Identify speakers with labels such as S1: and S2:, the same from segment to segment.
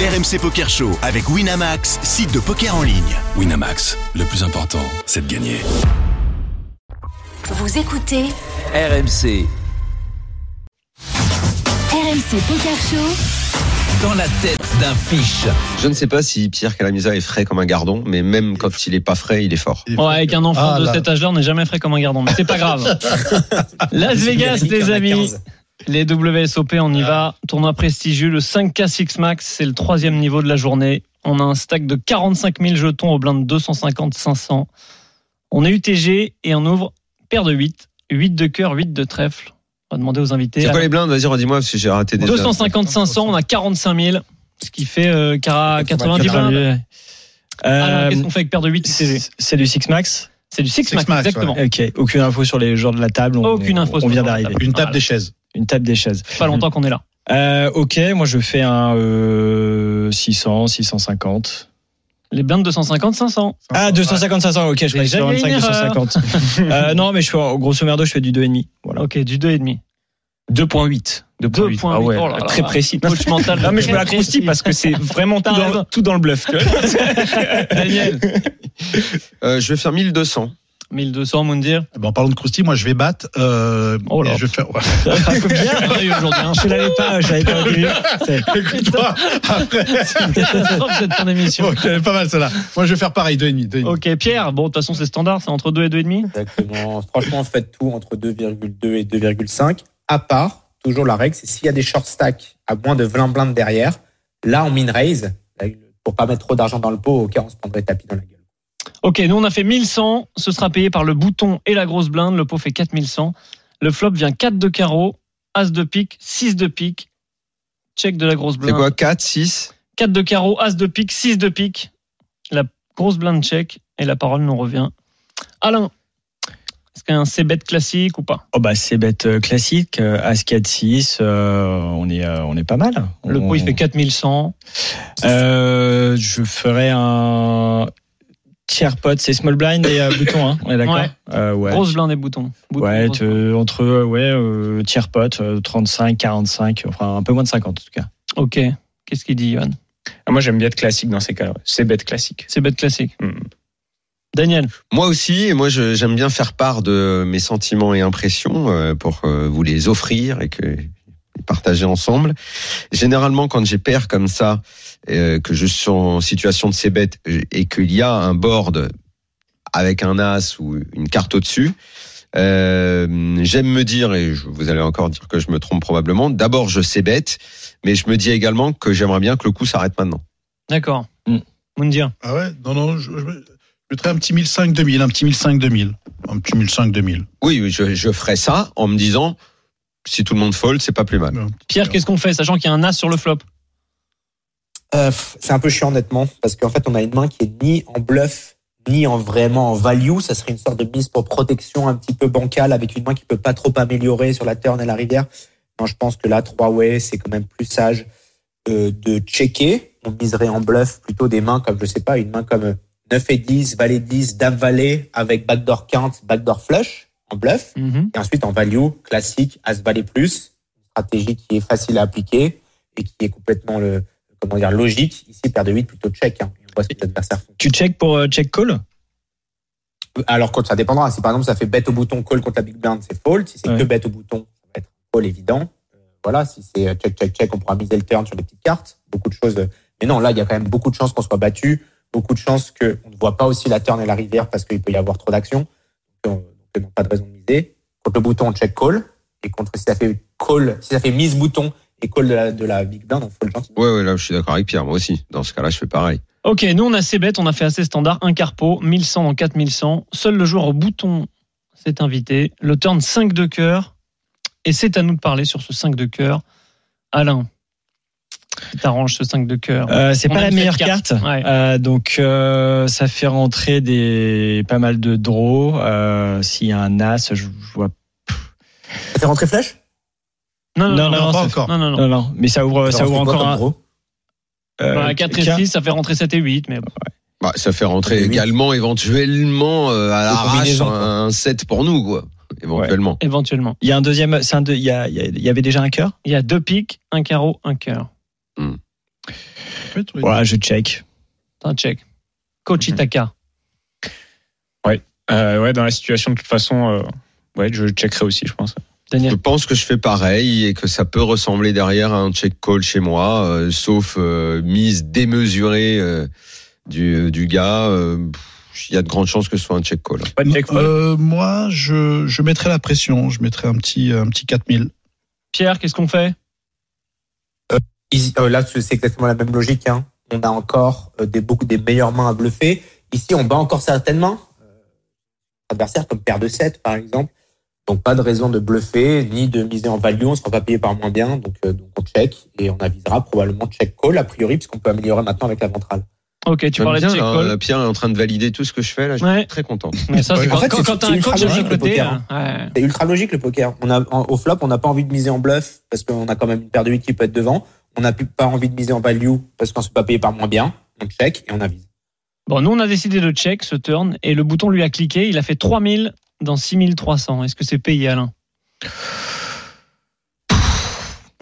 S1: RMC Poker Show avec Winamax, site de poker en ligne.
S2: Winamax, le plus important, c'est de gagner.
S3: Vous écoutez
S4: RMC,
S3: RMC Poker Show.
S4: dans la tête d'un fiche.
S5: Je ne sais pas si Pierre Calamusa est frais comme un gardon, mais même quand il est pas frais, il est fort.
S6: Ouais, avec un enfant
S7: Ah,
S6: de
S7: là.
S6: cet âge-là, on n'est jamais frais comme un gardon, mais c'est pas grave. Las Vegas, les amis. Les WSOP, on y va. Tournoi prestigieux, le 5K Six Max, c'est le troisième niveau de la journée. On a un stack de 45 000 jetons au blind 250-500. On est UTG et on ouvre paire de 8. 8 de cœur, 8 de trèfle. On va demander aux invités.
S5: C'est quoi les blindes Vas-y, redis-moi parce que j'ai raté des.
S6: 250-500, on a 45 000, ce qui fait euh, cara- 90 blindes.
S8: Euh,
S6: Alors, Ah Qu'est-ce qu'on fait avec paire de 8 UTG
S9: C'est du Six Max.
S6: Euh, C'est du Six,
S7: Six
S6: Max,
S7: Max,
S6: exactement.
S9: Ok. Aucune info sur les joueurs de la table. On,
S6: Aucune info
S9: On
S6: sur
S9: vient
S6: les joueurs de la
S9: d'arriver.
S6: table.
S7: Une table des chaises.
S9: Une table des chaises.
S6: Pas longtemps qu'on est là.
S9: Euh, ok, moi je fais un euh, 600, 650.
S6: Les blindes 250, 500.
S9: Ah, 250, 500. Ok, je
S6: J'ai
S9: passe sur
S6: jamais
S9: 25,
S6: une erreur.
S9: 250. euh, non, mais je fais grosso merdo, je fais du 2,5. Voilà.
S6: Ok, du 2,5.
S9: 2,8. 2,8.
S6: 2,8.
S9: Ah ouais,
S6: Oh là là.
S9: très précis.
S6: Coach mental.
S9: Non, mais je me la
S6: Très
S9: croustille
S6: précis.
S9: parce que c'est vraiment tout
S6: T'as
S9: dans,
S6: raison.
S9: tout dans le bluff. tu vois.
S6: Daniel,
S5: Euh, je vais faire 1200.
S6: 1200, Moundir.
S7: Bon, Eh ben, en parlant de croustille, moi je vais battre. Euh,
S6: Oh là.
S7: et je vais faire. ouais.
S6: Bien, on a eu aujourd'hui. hein.
S9: Je l'avais pas, je l'avais pas au début.
S7: Écoute-moi, après.
S6: C'est une catastrophe cette fin d'émission.
S7: Bon, j'avais pas mal celle-là. Moi je vais faire pareil, 2,5. deux et demi.
S6: Ok, Pierre, bon, de toute façon, c'est standard, c'est entre 2 et 2,5.
S8: Exactement. Franchement, faites tout entre 2,2 et 2,5. À part, toujours la règle, c'est s'il y a des short stacks à moins de 20 blindes derrière, là, on min raise pour pas mettre trop d'argent dans le pot, au cas où on se prendrait tapis dans la gueule.
S6: Ok, nous, on a fait 1100. Ce sera payé par le bouton et la grosse blinde. Le pot fait 4100. Le flop vient 4 de carreau, As de pique, 6 de pique. Check de la grosse blinde.
S5: C'est quoi 4, 6
S6: 4 de carreau, As de pique, 6 de pique. La grosse blinde check et la parole nous revient. Alain, est-ce qu'il y a un C-bet classique ou pas
S9: Oh bah c'est bête euh, classique, euh, As 4 6, euh, on est euh, on est pas mal.
S6: Le
S9: On-
S6: pot il fait 4100.
S9: Euh, je ferais un tiers pot, c'est small blind et euh, bouton hein, on est d'accord.
S6: Ouais.
S9: Euh, ouais.
S6: Grosse blinde et bouton. Bouton,
S9: Ouais,
S6: grosse
S9: te-
S6: blinde.
S9: entre euh, ouais, euh, tiers pot, euh, 35, 45, enfin un peu moins de 50 en tout cas.
S6: Ok. Qu'est-ce qu'il dit, Johan
S9: Ah, moi j'aime bien être classique dans ces cas C'est bête classique.
S6: C'est bête classique.
S9: Hmm.
S6: Daniel,
S5: Moi aussi, et moi je- j'aime bien faire part de mes sentiments et impressions euh, pour euh, vous les offrir et que les partager ensemble. Généralement, quand j'ai perds comme ça, euh, que je suis en situation de ces bêtes euh, et qu'il y a un board avec un as ou une carte au-dessus, euh, j'aime me dire, et je, vous allez encore dire que je me trompe probablement, d'abord je sais bête, mais je me dis également que j'aimerais bien que le coup s'arrête maintenant.
S6: d'accord.
S9: Hmm.
S6: Moundir,
S7: Ah ouais Non, non, je, je, je mettrais un petit 1500-2000. Un petit 1500-2000. Un petit 1500-2000.
S5: Oui, oui, je, je ferai ça en me disant si tout le monde fold, c'est pas plus mal.
S6: Pierre, qu'est-ce qu'on fait, sachant qu'il y a un As sur le flop
S8: Euh, pff, c'est un peu chiant, honnêtement, parce qu'en fait, on a une main qui est ni en bluff, ni en vraiment en value. Ça serait une sorte de mise pour protection un petit peu bancale avec une main qui peut pas trop améliorer sur la turn et la rivière. Non, je pense que là, 3 way, c'est quand même plus sage euh, de checker. On miserait en bluff plutôt des mains comme, je sais pas, une main comme euh, 9 et 10, valet 10, dame valet avec backdoor quinte, backdoor flush en bluff.
S6: Mhm.
S8: Et ensuite, en value, classique, as valet plus, une stratégie qui est facile à appliquer et qui est complètement le, comment dire, logique. Ici, paire de 8 plutôt check. Hein. On voit ce que les adversaires font.
S9: Tu check pour euh, check call
S8: Alors, quand ça dépendra. Si par exemple, ça fait bet au bouton, call contre la big blind, c'est fold. Si c'est
S9: Ouais.
S8: que bet au bouton, ça va être call évident. Euh, voilà, si c'est euh, check, check, check, on pourra miser le turn sur les petites cartes. Beaucoup de choses. euh. Mais non, là, il y a quand même beaucoup de chances qu'on soit battu. Beaucoup de chances qu'on ne voit pas aussi la turn et la rivière parce qu'il peut y avoir trop d'actions. Donc, euh, donc, pas de raison de miser. Contre le bouton, on check call. Et contre, si ça fait call, si ça fait mise bouton et call de la, de la big blind, on fold gentiment.
S5: Ouais, ouais, là, je suis d'accord avec Pierre, moi aussi. Dans ce cas-là, je fais pareil.
S6: Ok, nous on a assez bête, on a fait assez standard, un carpo, 1100 dans 4100. Seul le joueur au bouton s'est invité. Le turn 5 de cœur. Et c'est à nous de parler sur ce 5 de cœur. Alain, t'arranges ce 5 de cœur.
S9: Euh, c'est
S6: On
S9: pas
S6: a
S9: la
S6: une
S9: meilleure
S6: seule carte.
S9: carte.
S6: Ouais.
S9: Euh, donc euh, ça fait rentrer des pas mal de draws. Euh, S'il y a un as, je, je vois.
S8: Ça fait rentrer flash?
S9: non, non,
S7: pas
S9: ça-
S7: encore.
S6: Non, non, non.
S9: Non non, mais ça ouvre ça ouvre encore un. euh,
S6: Voilà, 4 Bah, et 6, ça fait rentrer 7 et 8. Mais bon.
S5: Bah, ça fait rentrer
S8: Oui.
S5: également, éventuellement, euh, à l'arrache,
S8: combinaisons, quoi.
S5: un, 7 pour nous, quoi. Éventuellement.
S6: éventuellement.
S9: Il y a un deuxième, c'est un deux- il y, a- il y a- il y avait déjà un cœur.
S6: Il y a deux piques, un carreau, un cœur.
S7: fait, oui.
S9: Voilà, je check.
S6: Un check. Coach Itaka.
S10: Euh, ouais, dans la situation, de toute façon, euh, ouais, je checkerai aussi, je pense.
S5: Je
S6: Daniel.
S5: pense que je fais pareil et que ça peut ressembler derrière à un check call chez moi, euh, sauf euh, mise démesurée euh, du, du gars. euh, pff, Il y a de grandes chances que ce soit un check call.
S10: Pas de check folle.
S7: Euh, moi, je, je mettrais la pression. Je mettrais un petit, un petit 4000.
S8: Mm-hmm.
S6: Pierre, qu'est-ce qu'on fait
S8: Ici, euh, là, c'est exactement la même logique. hein. On a encore euh, des, beaucoup des meilleures mains à bluffer. Ici, on bat encore certaines mains. Euh, adversaire comme paire de 7, par exemple. Donc, pas de raison de bluffer ni de miser en value. On ne sera pas payé par moins bien. Donc, euh, donc, on check et on avisera probablement check call, a priori, puisqu'on peut améliorer maintenant avec la ventrale.
S6: Ok, tu
S8: Bah,
S5: J'aime
S6: parlais de
S5: bien,
S6: check
S5: là,
S6: call.
S5: hein, Pierre est en train de valider tout ce que je fais là. Je suis
S6: Ouais.
S5: très content.
S6: Mais ça, c'est
S7: Ouais.
S6: quand,
S8: euh, En fait,
S6: quand-
S8: c'est-
S6: quand t'as
S8: c'est
S6: un
S8: ultra
S6: coach
S8: logique,
S6: à
S8: le
S6: côté.
S8: poker,
S6: hein, ouais.
S8: C'est ultra logique le poker. On a, en- au flop, on n'a pas envie de miser en bluff parce qu'on a quand même une paire de 8 qui peut être devant. On n'a plus pas envie de miser en value parce qu'on ne se fait pas payer par moins bien. On check et on avise.
S6: Bon, nous, on a décidé de check ce turn et le bouton lui a cliqué. Il a fait 3000 dans 6300. Est-ce que c'est payé, Alain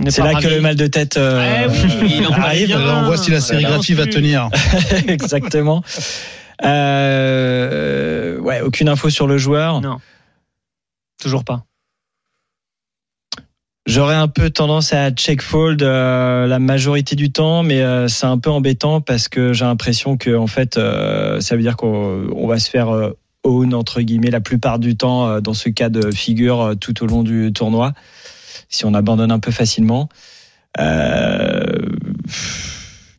S6: On n'est
S9: C'est
S6: pas
S9: là
S6: ravis.
S9: que le mal de tête euh,
S6: Eh oui, il en parle
S9: arrive.
S6: bien.
S7: on voit si la sérigraphie va
S6: Bien sûr.
S7: tenir.
S9: Exactement. Euh, ouais, aucune info sur le joueur.
S6: Non. Toujours pas.
S9: J'aurais un peu tendance à check fold euh, la majorité du temps, mais euh, c'est un peu embêtant parce que j'ai l'impression que en fait, euh, ça veut dire qu'on on va se faire euh, own entre guillemets la plupart du temps euh, dans ce cas de figure euh, tout au long du tournoi, si on abandonne un peu facilement. Euh,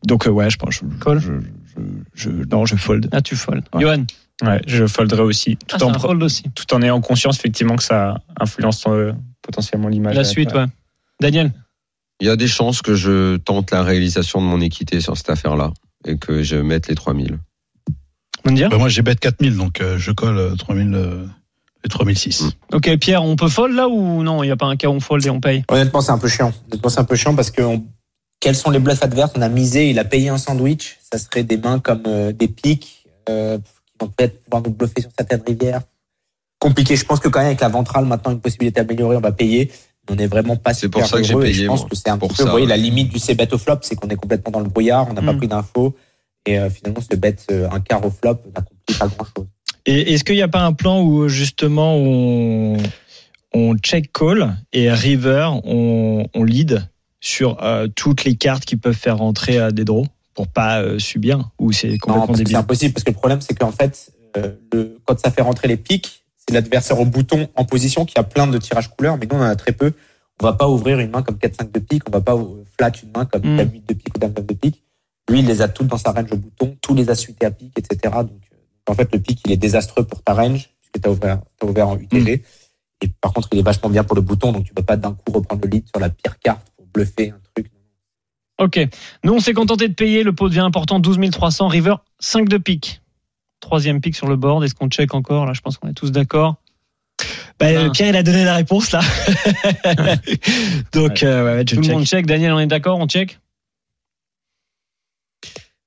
S9: donc euh, ouais, je pense. je-
S6: Call
S9: je, je- je- non, je fold.
S6: Là, Ah, tu fold.
S9: Ouais.
S6: Johan,
S10: Ouais, je folderai aussi.
S6: ah,
S10: Tout,
S6: c'est
S10: en,
S6: un
S10: pre-
S6: fold aussi.
S10: tout en ayant conscience, effectivement, que ça influence euh, potentiellement l'image.
S6: La suite, ouais. Daniel,
S5: Il y a des chances que je tente la réalisation de mon équité sur cette affaire-là et que je mette les 3000.
S6: on dire
S7: Bah, moi, j'ai bet 4000, donc euh, je colle euh, 3000, euh, et 3006.
S5: Mm.
S6: Ok, Pierre, on peut fold là ou non Il n'y a pas un cas où on fold et on paye
S8: Honnêtement, c'est un peu chiant. Honnêtement, c'est un peu chiant parce que on- quels sont les bluffs adverses On a misé, il a payé un sandwich. Ça serait des mains comme euh, des piques euh, qui vont peut-être pouvoir nous bluffer sur certaines rivières. Compliqué. Je pense que quand même avec la ventrale maintenant une possibilité améliorée, on va payer. On n'est vraiment pas
S5: C'est
S8: super
S5: pour ça que j'ai
S8: heureux et
S5: payé,
S8: Je pense
S5: moi.
S8: que c'est un
S5: Pour
S8: petit
S5: ça,
S8: peu, vous voyez,
S5: ouais.
S8: la limite du c bet au flop, c'est qu'on est complètement dans le brouillard, on n'a pas
S6: Hmm.
S8: pris d'infos et euh, finalement ce bet euh, un quart au flop n'accomplit pas grand chose.
S9: Et est-ce qu'il n'y a pas un plan où justement on, on check call et river on, on lead sur euh, toutes les cartes qui peuvent faire rentrer euh, des draws pour pas euh, subir ou c'est
S8: Non, parce
S9: complètement
S8: que c'est
S9: débile.
S8: impossible parce que le problème c'est qu'en fait, euh, le, quand ça fait rentrer les pics, c'est l'adversaire au bouton en position qui a plein de tirages couleurs, mais nous on en a très peu. On va pas ouvrir une main comme 4-5 de pique, on va pas euh, flat une main comme
S6: Mm.
S8: dame 8 de pique ou dame 9 de pique. Lui, il les a toutes dans sa range au bouton, tous les a suités à pique, etc. Donc euh, en fait, le pique il est désastreux pour ta range puisque t'as ouvert, t'as ouvert en UTG. Et par contre, il est vachement bien pour le bouton, donc tu peux pas d'un coup reprendre le lead sur la pire carte pour bluffer un truc.
S6: Ok. Nous, on s'est contenté de payer. Le pot devient important. 12 300. River, 5 de pique. Troisième pique sur le board. Est-ce qu'on check encore Là, je pense qu'on est tous d'accord.
S9: Bah,
S6: Ah.
S9: euh, Pierre il a donné la réponse là. Donc euh, ouais, ouais, je
S6: Tout le
S9: check.
S6: monde check. Daniel, on est d'accord On check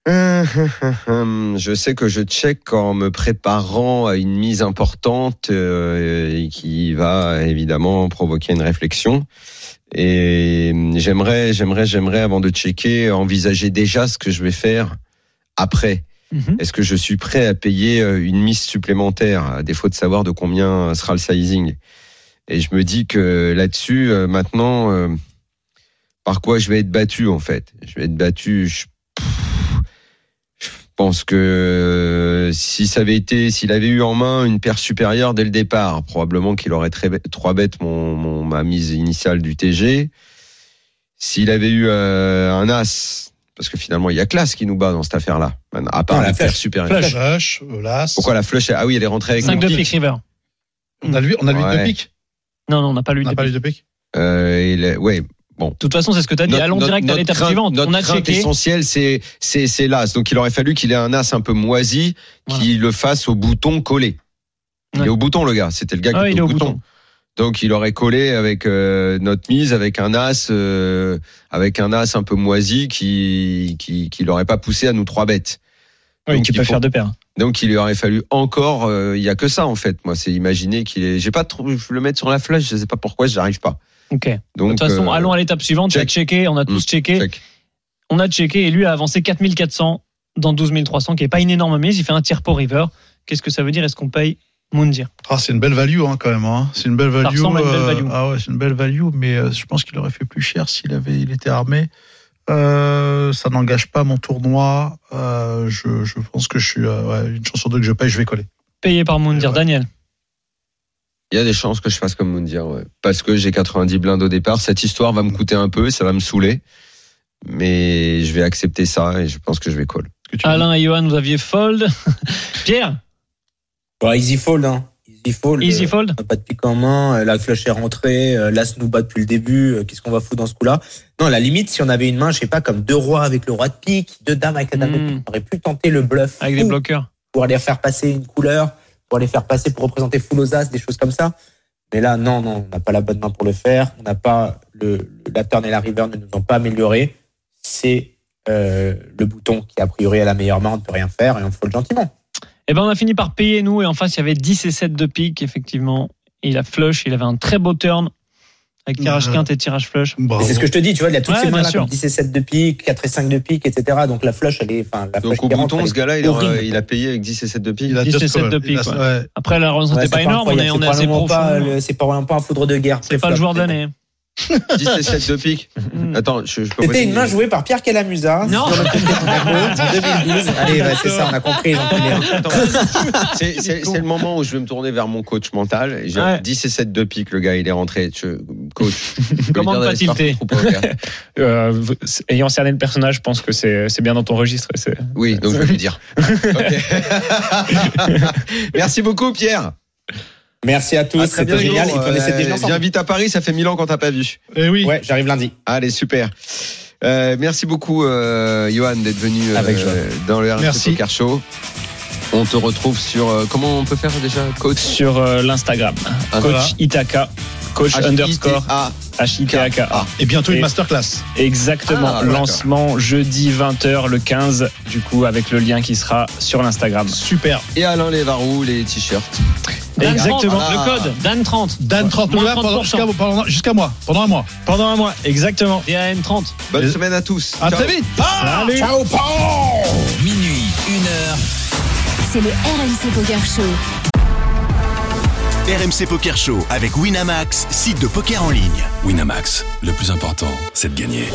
S5: Hum, hum, hum. Je sais que je check en me préparant à une mise importante euh, et qui va évidemment provoquer une réflexion. Et hum, j'aimerais, j'aimerais, j'aimerais avant de checker envisager déjà ce que je vais faire après.
S6: Mhm.
S5: Est-ce que je suis prêt à payer euh, une mise supplémentaire à défaut de savoir de combien sera le sizing Et je me dis que là-dessus, euh, maintenant, euh, par quoi je vais être battu en fait Je vais être battu. Je pense que euh, si ça avait été, s'il avait eu en main une paire supérieure dès le départ, probablement qu'il aurait très, trois bêtes mon, mon- ma mise initiale du TG. S'il avait eu euh, un as, parce que finalement il y a classe qui nous bat dans cette affaire-là, maintenant, à part
S6: Ah,
S8: Non,
S5: la,
S8: la
S5: paire
S8: flush.
S5: supérieure.
S7: Flush, euh, l'as.
S5: Pourquoi la flush Ah oui, elle est rentrée avec
S6: 5 de
S5: le
S6: pique, River.
S7: On a lui, on a lui
S5: Ouais.
S7: de pique.
S6: Non, non, on n'a pas lu.
S7: On
S6: De
S7: n'a pas
S6: pique. de
S7: lui de pique.
S5: Euh, et la- ouais,
S6: toute façon, c'est ce que tu as dit.
S5: Notre-
S6: Allons
S5: notre-
S6: direct à
S5: notre
S6: l'étape
S5: crainte-
S6: suivante.
S5: Notre
S6: On a
S5: crainte
S6: checké.
S5: essentielle, c'est c'est c'est l'as. Donc il aurait fallu qu'il ait un as un peu moisi, qui le fasse au bouton collé. Il
S6: Ouais.
S5: est au bouton le gars. C'était le gars
S6: Ah
S5: qui
S6: ouais,
S5: était
S6: il est
S5: au
S6: au
S5: bouton.
S6: bouton.
S5: Donc il aurait collé avec euh, notre mise avec un as euh, avec un as un peu moisi qui qui qui l'aurait pas poussé à nous trois bêtes.
S9: Oui,
S5: Donc,
S9: qui
S5: il
S9: peut
S5: faut-
S9: faire deux paires.
S5: Donc il lui aurait fallu encore euh, il y a que ça en fait. Moi c'est imaginer qu'il est j'ai pas trop je le mettre sur la flash, je sais pas pourquoi j'arrive pas.
S6: Ok. De
S5: Donc
S6: toute façon,
S5: euh,
S6: allons à l'étape suivante. Tu as
S5: check.
S6: checké. On a tous
S5: Mm.
S6: checké.
S5: check.
S6: On a checké et lui a avancé 4400 dans 12300, qui est pas une énorme mise. Il fait un tiers pour River. Qu'est-ce que ça veut dire Est-ce qu'on paye Moundir
S7: Ah, c'est une belle value hein, quand même. Hein. C'est une belle value.
S6: ressemble à une belle
S7: euh,
S6: value.
S7: ah ouais, c'est une belle value, mais euh, je pense qu'il aurait fait plus cher s'il avait, il était armé. Euh, ça n'engage pas mon tournoi. Euh, je, je pense que je suis euh, ouais, une chance sur deux que je paye, je vais coller.
S6: Payé par Moundir.
S7: Ouais.
S6: Daniel
S5: Il y a des chances que je fasse comme Moundir, ouais. parce que j'ai 90 blindes au départ. Cette histoire va me coûter un peu, ça va me saouler, mais je vais accepter ça et je pense que je vais call.
S7: Est-ce que tu-
S6: Alain et Johan, vous aviez fold. Pierre,
S8: Bah, easy fold, hein. Easy fold.
S6: easy
S8: euh,
S6: fold.
S8: on n'a pas de pique en main, euh, la flèche est rentrée, euh, l'as nous bat depuis le début, euh, qu'est-ce qu'on va foutre dans ce coup-là Non, à la limite, si on avait une main, je sais pas, comme deux rois avec le roi de pique, deux dames avec la dame de
S6: Hmm.
S8: pique, on aurait pu tenter le bluff
S6: Avec des
S8: fou
S6: bloqueurs.
S8: pour aller faire passer une couleur, pour aller faire passer, pour représenter full aux as, des choses comme ça. Mais là, non, non, on n'a pas la bonne main pour le faire, on n'a pas, le, le- la turn et la river ne nous ont pas amélioré, c'est euh, le bouton qui, a priori, a la meilleure main, on ne peut rien faire et on fold gentiment.
S6: Eh ben, on a fini par payer, nous, et en face, il y avait 10 et 7 de pique, effectivement. Et il a flush, il avait un très beau turn, avec tirage
S7: Ouais.
S6: quinte et tirage flush.
S7: Bravo.
S8: Et C'est ce que je te dis, tu vois, il y a toutes
S6: Ouais,
S8: ces
S6: bien
S8: mains-là,
S6: sûr.
S8: comme 10 et 7 de pique, 4 et 5 de pique, etc. Donc la flush, elle est. Enfin, la flush
S5: Donc au
S8: qui rentre,
S5: bouton,
S8: elle
S5: ce
S8: est-
S5: gars-là, il, aura-
S8: horrible.
S5: il a payé avec 10 et 7 de pique.
S7: Il a
S6: Dix et
S7: just
S6: sept
S7: quand
S6: de
S7: même. Il a-
S6: pique,
S7: ouais.
S6: Après, la range
S8: Ouais,
S6: n'était
S8: c'est
S6: pas énorme, on
S8: incroyable,
S6: est, on est
S8: c'est
S6: assez
S8: probablement
S6: profond.
S8: pas le- C'est probablement pas un foudre de guerre.
S6: C'est pas le joueur de l'année.
S5: 10 et 7 de pique. Attends, je, je peux
S8: C'était une
S5: résumer.
S8: main jouée par Pierre Calamusa.
S6: Non.
S8: Sur le côté de Monaco, en 2012. Allez, ouais, c'est ça, on a compris. j'en connais un.
S5: Attends, c'est- C'est c'est le moment où je vais me tourner vers mon coach mental. J'ai
S6: Ouais.
S5: 10 et 7 de pique, le gars, il est rentré. Je- coach, je peux lui
S6: Comment
S5: dire
S6: ne pas
S5: d'aller se faire
S6: tilter
S5: foutre au poker.
S10: Euh, v- c- ayant cerné le personnage, je pense que c'est c'est bien dans ton registre. c'est-
S5: Oui, donc je vais lui dire. Ok. Merci beaucoup, Pierre.
S8: Merci à tous,
S5: À très
S8: c'était
S5: bientôt.
S8: Ah, génial. Il connaissait
S5: Euh,
S8: déjà ensemble.
S5: Viens vite à Paris, ça fait mille ans qu'on t'a pas vu.
S7: Eh oui.
S8: hein. Ouais, j'arrive lundi.
S5: Allez, super. Euh, merci beaucoup, euh, Johan, d'être venu euh,
S8: Avec joie.
S5: dans le RMC
S7: Merci.
S5: Poker Show. On te retrouve sur. euh, comment on peut faire déjà Coach
S10: Sur euh, l'Instagram,
S5: Ah,
S10: coach
S5: voilà.
S10: Itaka, coach underscore
S5: Ah,
S10: H-I-T-A-K-A.
S7: Et bientôt une
S10: Et-
S7: masterclass.
S10: Exactement,
S5: Ah, d'accord.
S10: lancement jeudi 20h le 15, du coup avec le lien qui sera sur l'Instagram.
S7: Super.
S5: et Alain Lévarou, les t-shirts.
S6: Dan
S10: Exactement.
S6: 30,
S5: Ah.
S6: le code, Dan30.
S7: Dan 30
S6: Moins
S7: dollars pendant-
S6: 30%.
S7: jusqu'à pendant- jusqu'à moi. Pendant un mois.
S9: Pendant un mois, exactement.
S6: DAN30.
S5: Bonne
S7: Et-
S5: semaine à tous.
S7: Euh, À
S5: Ciao.
S7: très vite.
S9: Salut.
S8: Ciao, Paul
S4: Minuit, 1h,
S3: C'est le RMC Poker Show.
S1: RMC Poker Show avec Winamax, site de poker en ligne.
S2: Winamax, le plus important, c'est de gagner.